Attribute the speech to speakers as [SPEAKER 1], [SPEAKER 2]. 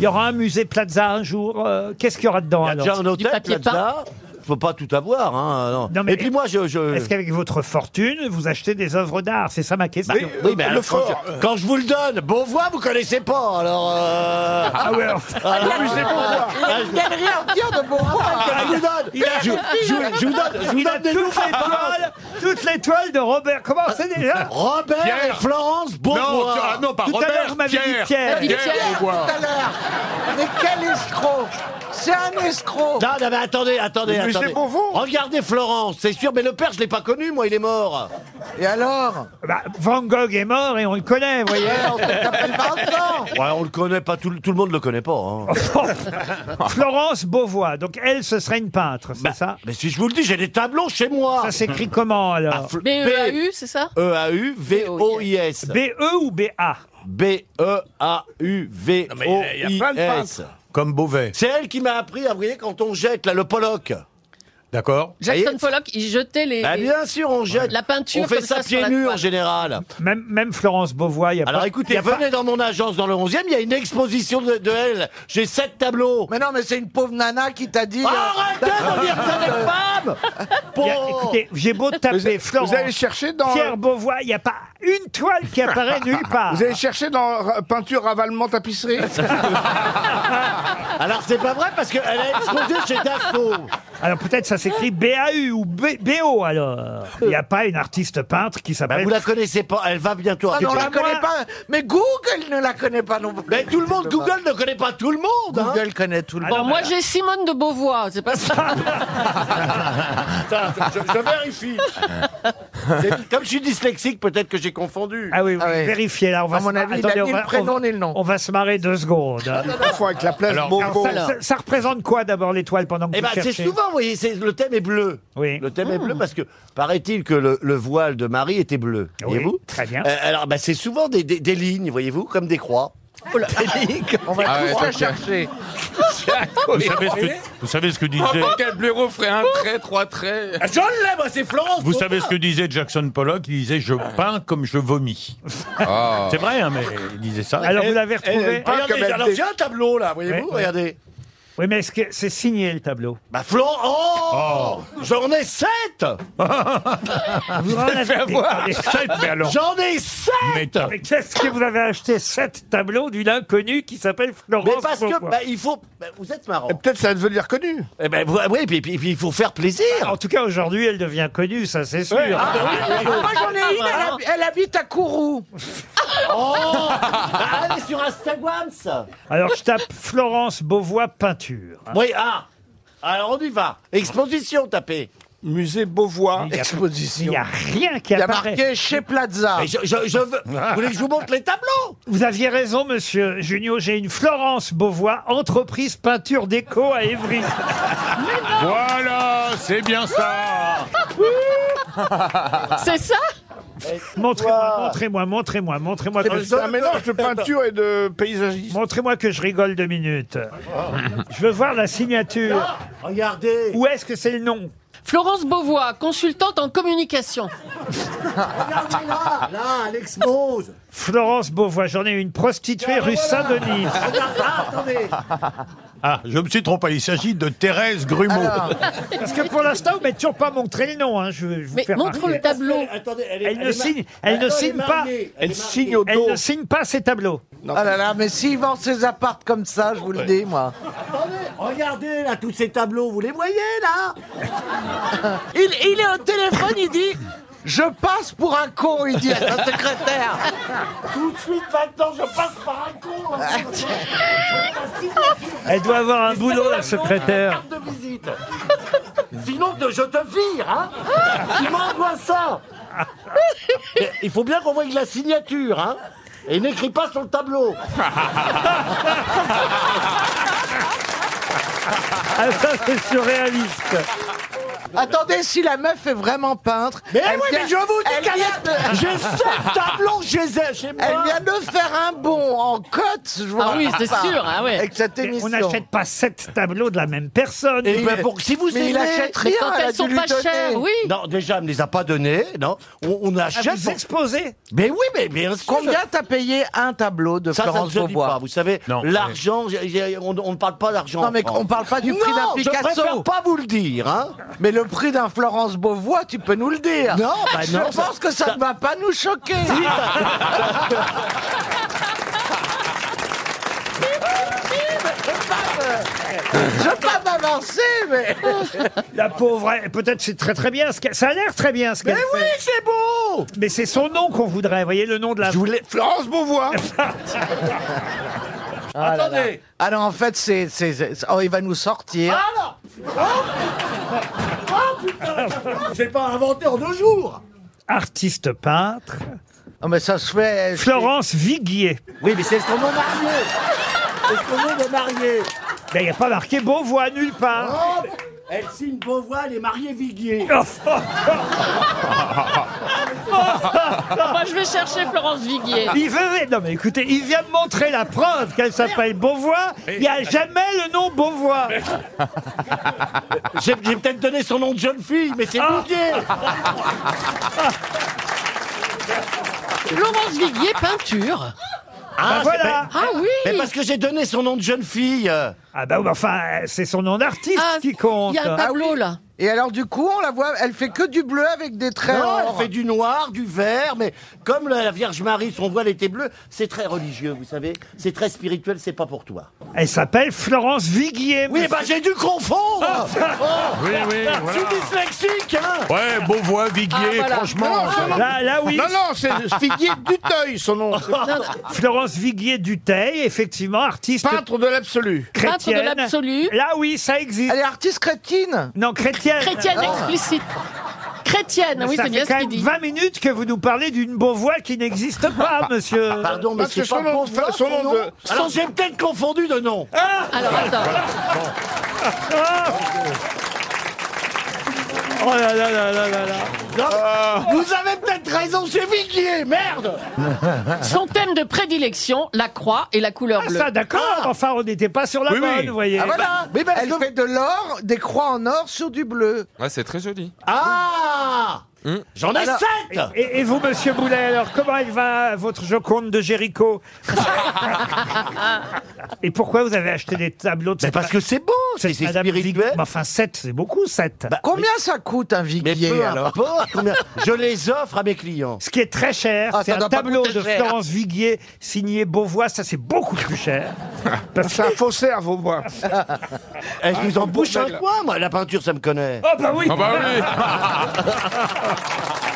[SPEAKER 1] Il y aura un musée Plaza un jour. euh, Qu'est-ce qu'il y aura dedans
[SPEAKER 2] Il y a déjà un hôtel,
[SPEAKER 3] papier
[SPEAKER 2] Plaza. Faut pas tout avoir, hein. non.
[SPEAKER 1] Non, mais-
[SPEAKER 2] Et puis moi, je. je-
[SPEAKER 1] Est-ce qu'avec votre fortune, vous achetez des œuvres d'art C'est ça ma question.
[SPEAKER 2] Oui, oui, mais alors, quand,
[SPEAKER 4] fort,
[SPEAKER 2] je, quand je vous le donne, Beauvois, vous connaissez pas, alors. euh,
[SPEAKER 1] Ah ouais,
[SPEAKER 2] alors,
[SPEAKER 3] Une galerie entière de Beauvoir.
[SPEAKER 2] je vous donne. Je, je- je vous donne. Je vous
[SPEAKER 1] il a
[SPEAKER 2] donne
[SPEAKER 1] toutes
[SPEAKER 2] des
[SPEAKER 1] les
[SPEAKER 2] nouvelles
[SPEAKER 1] toiles, toutes les toiles de Robert. Comment c'est déjà
[SPEAKER 2] Robert et
[SPEAKER 4] Pierre.
[SPEAKER 2] Florence Beauvois.
[SPEAKER 4] tu- ah non, pas
[SPEAKER 1] Tout à l'heure,
[SPEAKER 4] Robert,
[SPEAKER 1] vous m'avez dit
[SPEAKER 4] Pierre.
[SPEAKER 1] Pierre.
[SPEAKER 4] Pierre,
[SPEAKER 3] Pierre, tout
[SPEAKER 4] Beauvoir.
[SPEAKER 3] à l'heure. Mais quel escroc C'est un escroc
[SPEAKER 2] Non, non, mais attendez, attendez,
[SPEAKER 4] Mais c'est
[SPEAKER 2] attendez.
[SPEAKER 4] pour vous.
[SPEAKER 2] Regardez Florence, c'est sûr, mais le père, je l'ai pas connu, moi, il est mort.
[SPEAKER 3] Et alors
[SPEAKER 1] Bah, Van Gogh est mort et on le connaît, vous voyez.
[SPEAKER 3] Ouais, on te t'appelle pas encore
[SPEAKER 2] Ouais, on le connaît pas, tout, le- tout le monde le connaît pas. hein.
[SPEAKER 1] Florence Beauvois. Donc elle, ce serait une peintre, c'est
[SPEAKER 2] Bah,
[SPEAKER 1] ça
[SPEAKER 2] Mais si je vous le dis, j'ai des tableaux chez moi. Ah,
[SPEAKER 1] Ça s'écrit comment
[SPEAKER 2] Bah,
[SPEAKER 1] alors
[SPEAKER 5] E B-E-A-U, c'est ça
[SPEAKER 2] E B-E-A-U-V-O-I-S.
[SPEAKER 1] B-E E ou
[SPEAKER 4] il y
[SPEAKER 1] B-A
[SPEAKER 4] a plein de
[SPEAKER 2] B-E-A-U-V-O-I-S.
[SPEAKER 4] Comme Beauvais.
[SPEAKER 2] C'est elle qui m'a appris à, vous voyez, quand on jette, là, le Pollock.
[SPEAKER 4] D'accord
[SPEAKER 5] Jackson
[SPEAKER 2] Voyez
[SPEAKER 5] Pollock, il jetait les.
[SPEAKER 2] Bah, bien sûr, on jette.
[SPEAKER 5] La peinture
[SPEAKER 2] On fait
[SPEAKER 5] comme
[SPEAKER 2] ça
[SPEAKER 5] ça sur
[SPEAKER 2] pieds
[SPEAKER 5] la
[SPEAKER 2] nus, en
[SPEAKER 5] toile.
[SPEAKER 2] général.
[SPEAKER 1] même, même Florence Beauvois, il y a
[SPEAKER 2] Alors
[SPEAKER 1] pas- il y
[SPEAKER 2] écoutez,
[SPEAKER 1] a pas-
[SPEAKER 2] venez dans mon agence dans le 11e, il y a une exposition de, de elle. J'ai sept tableaux. Ah,
[SPEAKER 3] Mais non, mais c'est une pauvre nana qui t'a dit... euh,
[SPEAKER 2] Arrêtez de dire ça des
[SPEAKER 1] il
[SPEAKER 2] femmes
[SPEAKER 1] y a-
[SPEAKER 2] Bon.
[SPEAKER 1] Écoutez, j'ai beau
[SPEAKER 6] Vous,
[SPEAKER 1] taper Florence,
[SPEAKER 6] vous allez chercher dans.
[SPEAKER 1] Pierre Beauvois, il n'y a pas une toile qui apparaît nulle part.
[SPEAKER 6] Vous allez chercher dans ra- peinture, ravalement, tapisserie
[SPEAKER 2] Alors c'est pas vrai parce qu'elle est exposée chez Dassault.
[SPEAKER 1] Alors peut-être ça s'écrit BAU ou B- BO alors. Il n'y a pas une artiste peintre qui
[SPEAKER 2] Bah,
[SPEAKER 1] s'appelle.
[SPEAKER 2] vous la connaissez pas, elle va bientôt
[SPEAKER 3] Ah, mais
[SPEAKER 2] arriver.
[SPEAKER 3] on la
[SPEAKER 1] moi-
[SPEAKER 3] connaît pas. Mais Google ne la connaît pas non plus.
[SPEAKER 2] Mais tout le monde, Google ne connaît pas tout le monde. hein.
[SPEAKER 3] Google connaît tout le
[SPEAKER 1] Ah
[SPEAKER 3] monde.
[SPEAKER 1] non,
[SPEAKER 5] Bon, moi j'ai Simone de Beauvoir, c'est pas ça.
[SPEAKER 4] je, vérifie.
[SPEAKER 2] C'est- Comme je suis dyslexique, peut-être que j'ai confondu.
[SPEAKER 1] Ah oui, oui,
[SPEAKER 3] Ah ouais.
[SPEAKER 1] vérifiez là. On va
[SPEAKER 3] À mon
[SPEAKER 1] se mar-
[SPEAKER 3] avis, il a
[SPEAKER 1] Attendez,
[SPEAKER 3] ni
[SPEAKER 1] on va-
[SPEAKER 3] le prénom
[SPEAKER 1] on va-
[SPEAKER 3] ni le nom.
[SPEAKER 1] On va se marrer deux secondes.
[SPEAKER 6] Parfois avec la place
[SPEAKER 4] Alors,
[SPEAKER 6] Beauvau.
[SPEAKER 1] Ça, ça- ça représente quoi d'abord l'étoile pendant que
[SPEAKER 2] Eh
[SPEAKER 1] vous
[SPEAKER 2] ben, c'est
[SPEAKER 1] cherchez
[SPEAKER 2] souvent, vous voyez, c'est- le thème est bleu.
[SPEAKER 1] Oui. Mmh.
[SPEAKER 2] Le thème est bleu parce que paraît-il que le, le voile de Marie était bleu.
[SPEAKER 1] Oui,
[SPEAKER 2] Voyez-vous
[SPEAKER 1] très bien.
[SPEAKER 2] Euh, alors, bah, c'est souvent des, des- des lignes, voyez-vous, comme des croix.
[SPEAKER 1] Oh
[SPEAKER 3] On va
[SPEAKER 6] Ah
[SPEAKER 3] tous
[SPEAKER 6] ouais,
[SPEAKER 3] la
[SPEAKER 6] ok.
[SPEAKER 3] chercher.
[SPEAKER 7] Vous savez ce
[SPEAKER 1] Ah
[SPEAKER 7] que, vous savez ce que disait,
[SPEAKER 8] Quel blaireau ferait un trait, trois traits
[SPEAKER 6] Ah,
[SPEAKER 2] John Lèbre, c'est Florence.
[SPEAKER 7] vous savez ce que disait Jackson Pollock Il disait je
[SPEAKER 1] Ah.
[SPEAKER 7] peins comme je vomis. C'est vrai, hein, mais il disait ça.
[SPEAKER 1] Alors vous l'avez retrouvé
[SPEAKER 2] Eh, Regardez, alors j'ai un tableau là, voyez-vous,
[SPEAKER 1] Oui.
[SPEAKER 2] regardez.
[SPEAKER 1] Oui, mais est-ce que c'est signé le tableau
[SPEAKER 2] Bah Florence, oh, J'en ai sept
[SPEAKER 1] Vous en avez- Ah, Attendez.
[SPEAKER 7] Sept, mais alors.
[SPEAKER 2] J'en ai sept
[SPEAKER 7] mais t'as-
[SPEAKER 1] Mais qu'est-ce que vous avez acheté sept tableaux d'une inconnue qui s'appelle Florence
[SPEAKER 2] Mais parce que,
[SPEAKER 1] Beauvois
[SPEAKER 2] bah, il faut... bah, vous êtes marrant.
[SPEAKER 6] Et Peut-être ça va devenir connu.
[SPEAKER 2] Eh ben, vous- oui, puis, puis- puis il faut faire plaisir.
[SPEAKER 1] En tout cas, aujourd'hui, elle devient connue, ça c'est sûr.
[SPEAKER 3] Moi, j'en ai une, elle, hab- elle habite à Kourou.
[SPEAKER 2] Oh bah, Allez sur Instagram, ça
[SPEAKER 1] Alors je tape Florence Beauvois peinture.
[SPEAKER 2] Oui, ah Alors on y va. Exposition tapée.
[SPEAKER 4] Musée Beauvois.
[SPEAKER 1] Il y a- Il
[SPEAKER 3] Exposition.
[SPEAKER 1] n'y a rien qui
[SPEAKER 3] Il y a
[SPEAKER 1] apparaît.
[SPEAKER 3] marqué chez Plaza.
[SPEAKER 2] Mais je, je- je veux... Vous voulez que je vous montre les tableaux
[SPEAKER 1] Vous aviez raison, monsieur Junio. J'ai une Florence Beauvois, entreprise peinture déco à Évry.
[SPEAKER 7] Voilà, c'est bien ça.
[SPEAKER 5] C'est ça
[SPEAKER 1] Montrez-moi, montrez-moi, montrez-moi, montrez-moi. que je-
[SPEAKER 6] C'est un mélange de peinture et de paysagisme.
[SPEAKER 1] Montrez-moi que je rigole deux minutes. Je veux voir la signature.
[SPEAKER 2] Regardez
[SPEAKER 1] Où est-ce que c'est le nom
[SPEAKER 5] Florence Beauvoir, consultante en communication.
[SPEAKER 2] Regardez là Là, elle expose
[SPEAKER 1] Florence Beauvois. J'en ai une prostituée rue Saint-Denis.
[SPEAKER 2] Ah, attendez
[SPEAKER 7] Ah, je me suis trompé. Il s'agit de Thérèse Grumeau.
[SPEAKER 1] Parce que pour l'instant, vous m'avez toujours pas montré le nom. hein, Je vais vous
[SPEAKER 5] Mais
[SPEAKER 1] faire
[SPEAKER 5] montre
[SPEAKER 1] remarquer.
[SPEAKER 5] le tableau.
[SPEAKER 2] Attendez, est-
[SPEAKER 1] Elle ne
[SPEAKER 2] est
[SPEAKER 1] signe-
[SPEAKER 2] mar-
[SPEAKER 1] elle ne
[SPEAKER 2] Attends,
[SPEAKER 1] signe
[SPEAKER 2] est
[SPEAKER 1] pas.
[SPEAKER 2] marquée.
[SPEAKER 4] Elle
[SPEAKER 2] est
[SPEAKER 4] signe
[SPEAKER 2] marquée.
[SPEAKER 4] au
[SPEAKER 1] Elle
[SPEAKER 4] dos.
[SPEAKER 1] ne signe pas ses tableaux.
[SPEAKER 3] Ah là là, mais s'ils vendent ses appartes comme ça, je vous le dis, moi.
[SPEAKER 2] Attendez, regardez là tous ces tableaux, vous les voyez là
[SPEAKER 3] Il, il est au téléphone, il dit Je passe pour un con, il dit à sa secrétaire.
[SPEAKER 2] Tout de suite maintenant, je passe par un con. hein.
[SPEAKER 1] Elle doit avoir un boulot, la secrétaire.
[SPEAKER 2] Carte de visite. Sinon, te- je te vire, hein Tu m'envoies ça Mais Il faut bien qu'on voie la signature, hein Et n'écris pas sur le tableau.
[SPEAKER 1] Ah, ça, c'est surréaliste.
[SPEAKER 3] Attendez, si la meuf est vraiment peintre.
[SPEAKER 2] Mais
[SPEAKER 3] elle
[SPEAKER 2] oui,
[SPEAKER 3] vient-
[SPEAKER 2] mais je vous dis
[SPEAKER 3] elle
[SPEAKER 2] qu'elle
[SPEAKER 3] vient
[SPEAKER 2] est-
[SPEAKER 3] de-
[SPEAKER 2] J'ai sept tableaux chez elle, chez moi.
[SPEAKER 3] Elle vient de faire un bond en cote, je vois.
[SPEAKER 5] Ah oui, c'est
[SPEAKER 3] pas,
[SPEAKER 5] sûr, ah ouais.
[SPEAKER 3] Avec cette
[SPEAKER 1] Mais
[SPEAKER 3] émission.
[SPEAKER 1] On n'achète pas sept tableaux de la même personne.
[SPEAKER 2] Et ben, pour, si vous
[SPEAKER 3] Mais il
[SPEAKER 2] aimez-
[SPEAKER 3] achète
[SPEAKER 5] Mais
[SPEAKER 3] rien,
[SPEAKER 5] quand
[SPEAKER 3] elle a
[SPEAKER 5] elles
[SPEAKER 3] dû
[SPEAKER 5] sont
[SPEAKER 3] lui
[SPEAKER 5] pas
[SPEAKER 3] donner.
[SPEAKER 5] chères, oui.
[SPEAKER 2] Non, déjà, elle ne les a pas donnés, non. On, on
[SPEAKER 1] Ah,
[SPEAKER 2] achète.
[SPEAKER 1] vous
[SPEAKER 2] pour-
[SPEAKER 1] exposez
[SPEAKER 2] Mais oui, mais bien sûr.
[SPEAKER 3] Combien t'as payé un tableau de
[SPEAKER 2] ça, ça ne
[SPEAKER 3] Florence
[SPEAKER 2] se dit pas.
[SPEAKER 3] Beaubois
[SPEAKER 2] Vous savez,
[SPEAKER 7] Non.
[SPEAKER 2] l'argent, j'ai- j'ai- on on ne parle pas d'argent.
[SPEAKER 3] Non, mais
[SPEAKER 2] en France.
[SPEAKER 3] on parle pas du prix d'un
[SPEAKER 2] Non, je
[SPEAKER 3] Picasso.
[SPEAKER 2] préfère pas vous le dire, hein.
[SPEAKER 3] Mais le prix d'un Florence Beauvois, tu peux nous le dire.
[SPEAKER 2] Non, bah
[SPEAKER 3] je
[SPEAKER 2] non, ça-
[SPEAKER 3] pense que ça, ne va pas nous choquer. Je veux pas m'avancer, mais.
[SPEAKER 1] La pauvre, elle- peut-être c'est très très bien. Ce qu'elle- ça a l'air très bien ce qu'elle fait.
[SPEAKER 2] c'est beau
[SPEAKER 1] Mais c'est son nom qu'on voudrait. Voyez le nom de la.
[SPEAKER 2] Je voulais.
[SPEAKER 6] Florence Beauvois
[SPEAKER 3] Ah là là. Ah non, en fait, c'est. c'est- c'est- Oh, il va nous sortir.
[SPEAKER 2] J'ai pas inventé en deux jours
[SPEAKER 1] Artiste peintre.
[SPEAKER 3] Oh, mais ça se fait.
[SPEAKER 1] Florence Viguier.
[SPEAKER 2] Oui, mais c'est son nom marié C'est son nom de marié
[SPEAKER 1] Ben, Il n'y a pas marqué Beauvois nulle part. Oh,
[SPEAKER 2] Oh, Elle signe Beauvois, elle est mariée Viguier
[SPEAKER 5] Moi, je vais chercher Florence Viguier.
[SPEAKER 1] Il veut... Non mais écoutez, il vient me montrer la preuve qu'elle s'appelle Beauvois. Il n'y a jamais le nom Beauvois.
[SPEAKER 2] J'ai j'ai peut-être donné son nom de jeune fille, mais c'est Viguier
[SPEAKER 5] Florence Viguier, peinture.
[SPEAKER 1] Ben,
[SPEAKER 2] Ah,
[SPEAKER 1] voilà.
[SPEAKER 5] Ah
[SPEAKER 2] Mais
[SPEAKER 5] oui
[SPEAKER 2] parce que j'ai donné son nom de jeune fille euh.
[SPEAKER 1] Ah bah, bah, enfin, c'est son nom d'artiste
[SPEAKER 5] Ah,
[SPEAKER 1] qui compte.
[SPEAKER 5] Il y a un tableau, là.
[SPEAKER 3] Et alors, du coup, on la voit, elle fait que du bleu avec des traits.
[SPEAKER 2] Non,
[SPEAKER 3] or.
[SPEAKER 2] elle fait du noir, du vert, mais comme la Vierge Marie, son voile était bleu, c'est très religieux, vous savez. C'est très spirituel, c'est pas pour toi.
[SPEAKER 1] Elle s'appelle Florence Viguier.
[SPEAKER 2] Oui, bah j'ai dû confondre
[SPEAKER 7] Oui, oui,
[SPEAKER 2] Je suis dyslexique, hein
[SPEAKER 7] Ouais, Beauvois, Viguier,
[SPEAKER 5] Ah, voilà.
[SPEAKER 7] franchement. c'est-
[SPEAKER 1] Là, là oui,
[SPEAKER 6] Non, non, c'est Figuier Duteuil, son nom. C'est
[SPEAKER 1] Florence Viguier Duteil, effectivement, artiste
[SPEAKER 6] Peintre de l'absolu.
[SPEAKER 5] Peintre de
[SPEAKER 1] chrétienne.
[SPEAKER 5] l'absolu.
[SPEAKER 1] Là oui, ça existe.
[SPEAKER 3] Elle est artiste crétine.
[SPEAKER 1] Non, chrétienne.
[SPEAKER 5] Chrétienne explicite. Chrétienne, oui,
[SPEAKER 1] ça
[SPEAKER 5] c'est bien
[SPEAKER 1] fait
[SPEAKER 5] ce
[SPEAKER 1] quand
[SPEAKER 5] qu'il
[SPEAKER 1] même
[SPEAKER 5] dit.
[SPEAKER 1] 20 minutes que vous nous parlez d'une Beauvois qui n'existe pas, monsieur.
[SPEAKER 2] Pardon, mais
[SPEAKER 6] Parce
[SPEAKER 2] c'est
[SPEAKER 6] que
[SPEAKER 2] pas
[SPEAKER 6] son nom de
[SPEAKER 2] Beauvois,
[SPEAKER 6] fa- son nom de-
[SPEAKER 2] Alors j'ai peut-être confondu de nom
[SPEAKER 5] Alors, attends.
[SPEAKER 1] Oh là là là là là là.
[SPEAKER 6] Ah.
[SPEAKER 2] Vous avez peut-être raison, c'est Viguier, merde
[SPEAKER 5] Son thème de prédilection, la croix et la couleur
[SPEAKER 1] Ah,
[SPEAKER 5] bleue.
[SPEAKER 1] ça, d'accord. Enfin, on n'était pas sur la
[SPEAKER 7] Oui,
[SPEAKER 1] bonne,
[SPEAKER 7] oui.
[SPEAKER 1] vous voyez.
[SPEAKER 3] Ah voilà.
[SPEAKER 2] mais Eh ben, parce
[SPEAKER 3] elle
[SPEAKER 2] que-
[SPEAKER 3] fait de l'or, des croix en or sur du bleu.
[SPEAKER 8] Ouais, c'est très joli.
[SPEAKER 2] Ah J'en ai
[SPEAKER 3] Alors-
[SPEAKER 2] sept
[SPEAKER 1] Et, et vous, monsieur Boulet, alors comment elle va, votre Joconde de Jéricho Et pourquoi vous avez acheté des tableaux de
[SPEAKER 2] Mais
[SPEAKER 1] cette
[SPEAKER 2] parce que c'est beau, c'est c'est
[SPEAKER 1] Madame Bah, Vig-
[SPEAKER 2] spirituel.
[SPEAKER 1] Mais Enfin, 7, c'est beaucoup, 7.
[SPEAKER 3] Combien ça coûte un
[SPEAKER 2] Mais
[SPEAKER 3] viguier
[SPEAKER 2] peu
[SPEAKER 3] alors
[SPEAKER 2] importe combien- Je les offre à mes clients.
[SPEAKER 1] Ce qui est très cher,
[SPEAKER 3] Ah,
[SPEAKER 1] c'est
[SPEAKER 3] ça
[SPEAKER 1] un
[SPEAKER 3] doit pas
[SPEAKER 1] tableau
[SPEAKER 3] coûter
[SPEAKER 1] de
[SPEAKER 3] cher.
[SPEAKER 1] Florence Viguier signé Beauvois, ça c'est beaucoup plus cher. Parce
[SPEAKER 6] C'est
[SPEAKER 1] que...
[SPEAKER 6] un faussaire, Beauvois.
[SPEAKER 2] Eh, je vous en
[SPEAKER 6] bon,
[SPEAKER 2] bouche un
[SPEAKER 6] belle.
[SPEAKER 1] Ah, bah
[SPEAKER 8] bah
[SPEAKER 2] coin, moi, la peinture, ça me connaît.
[SPEAKER 1] Oh bah oui
[SPEAKER 8] Ah bah oui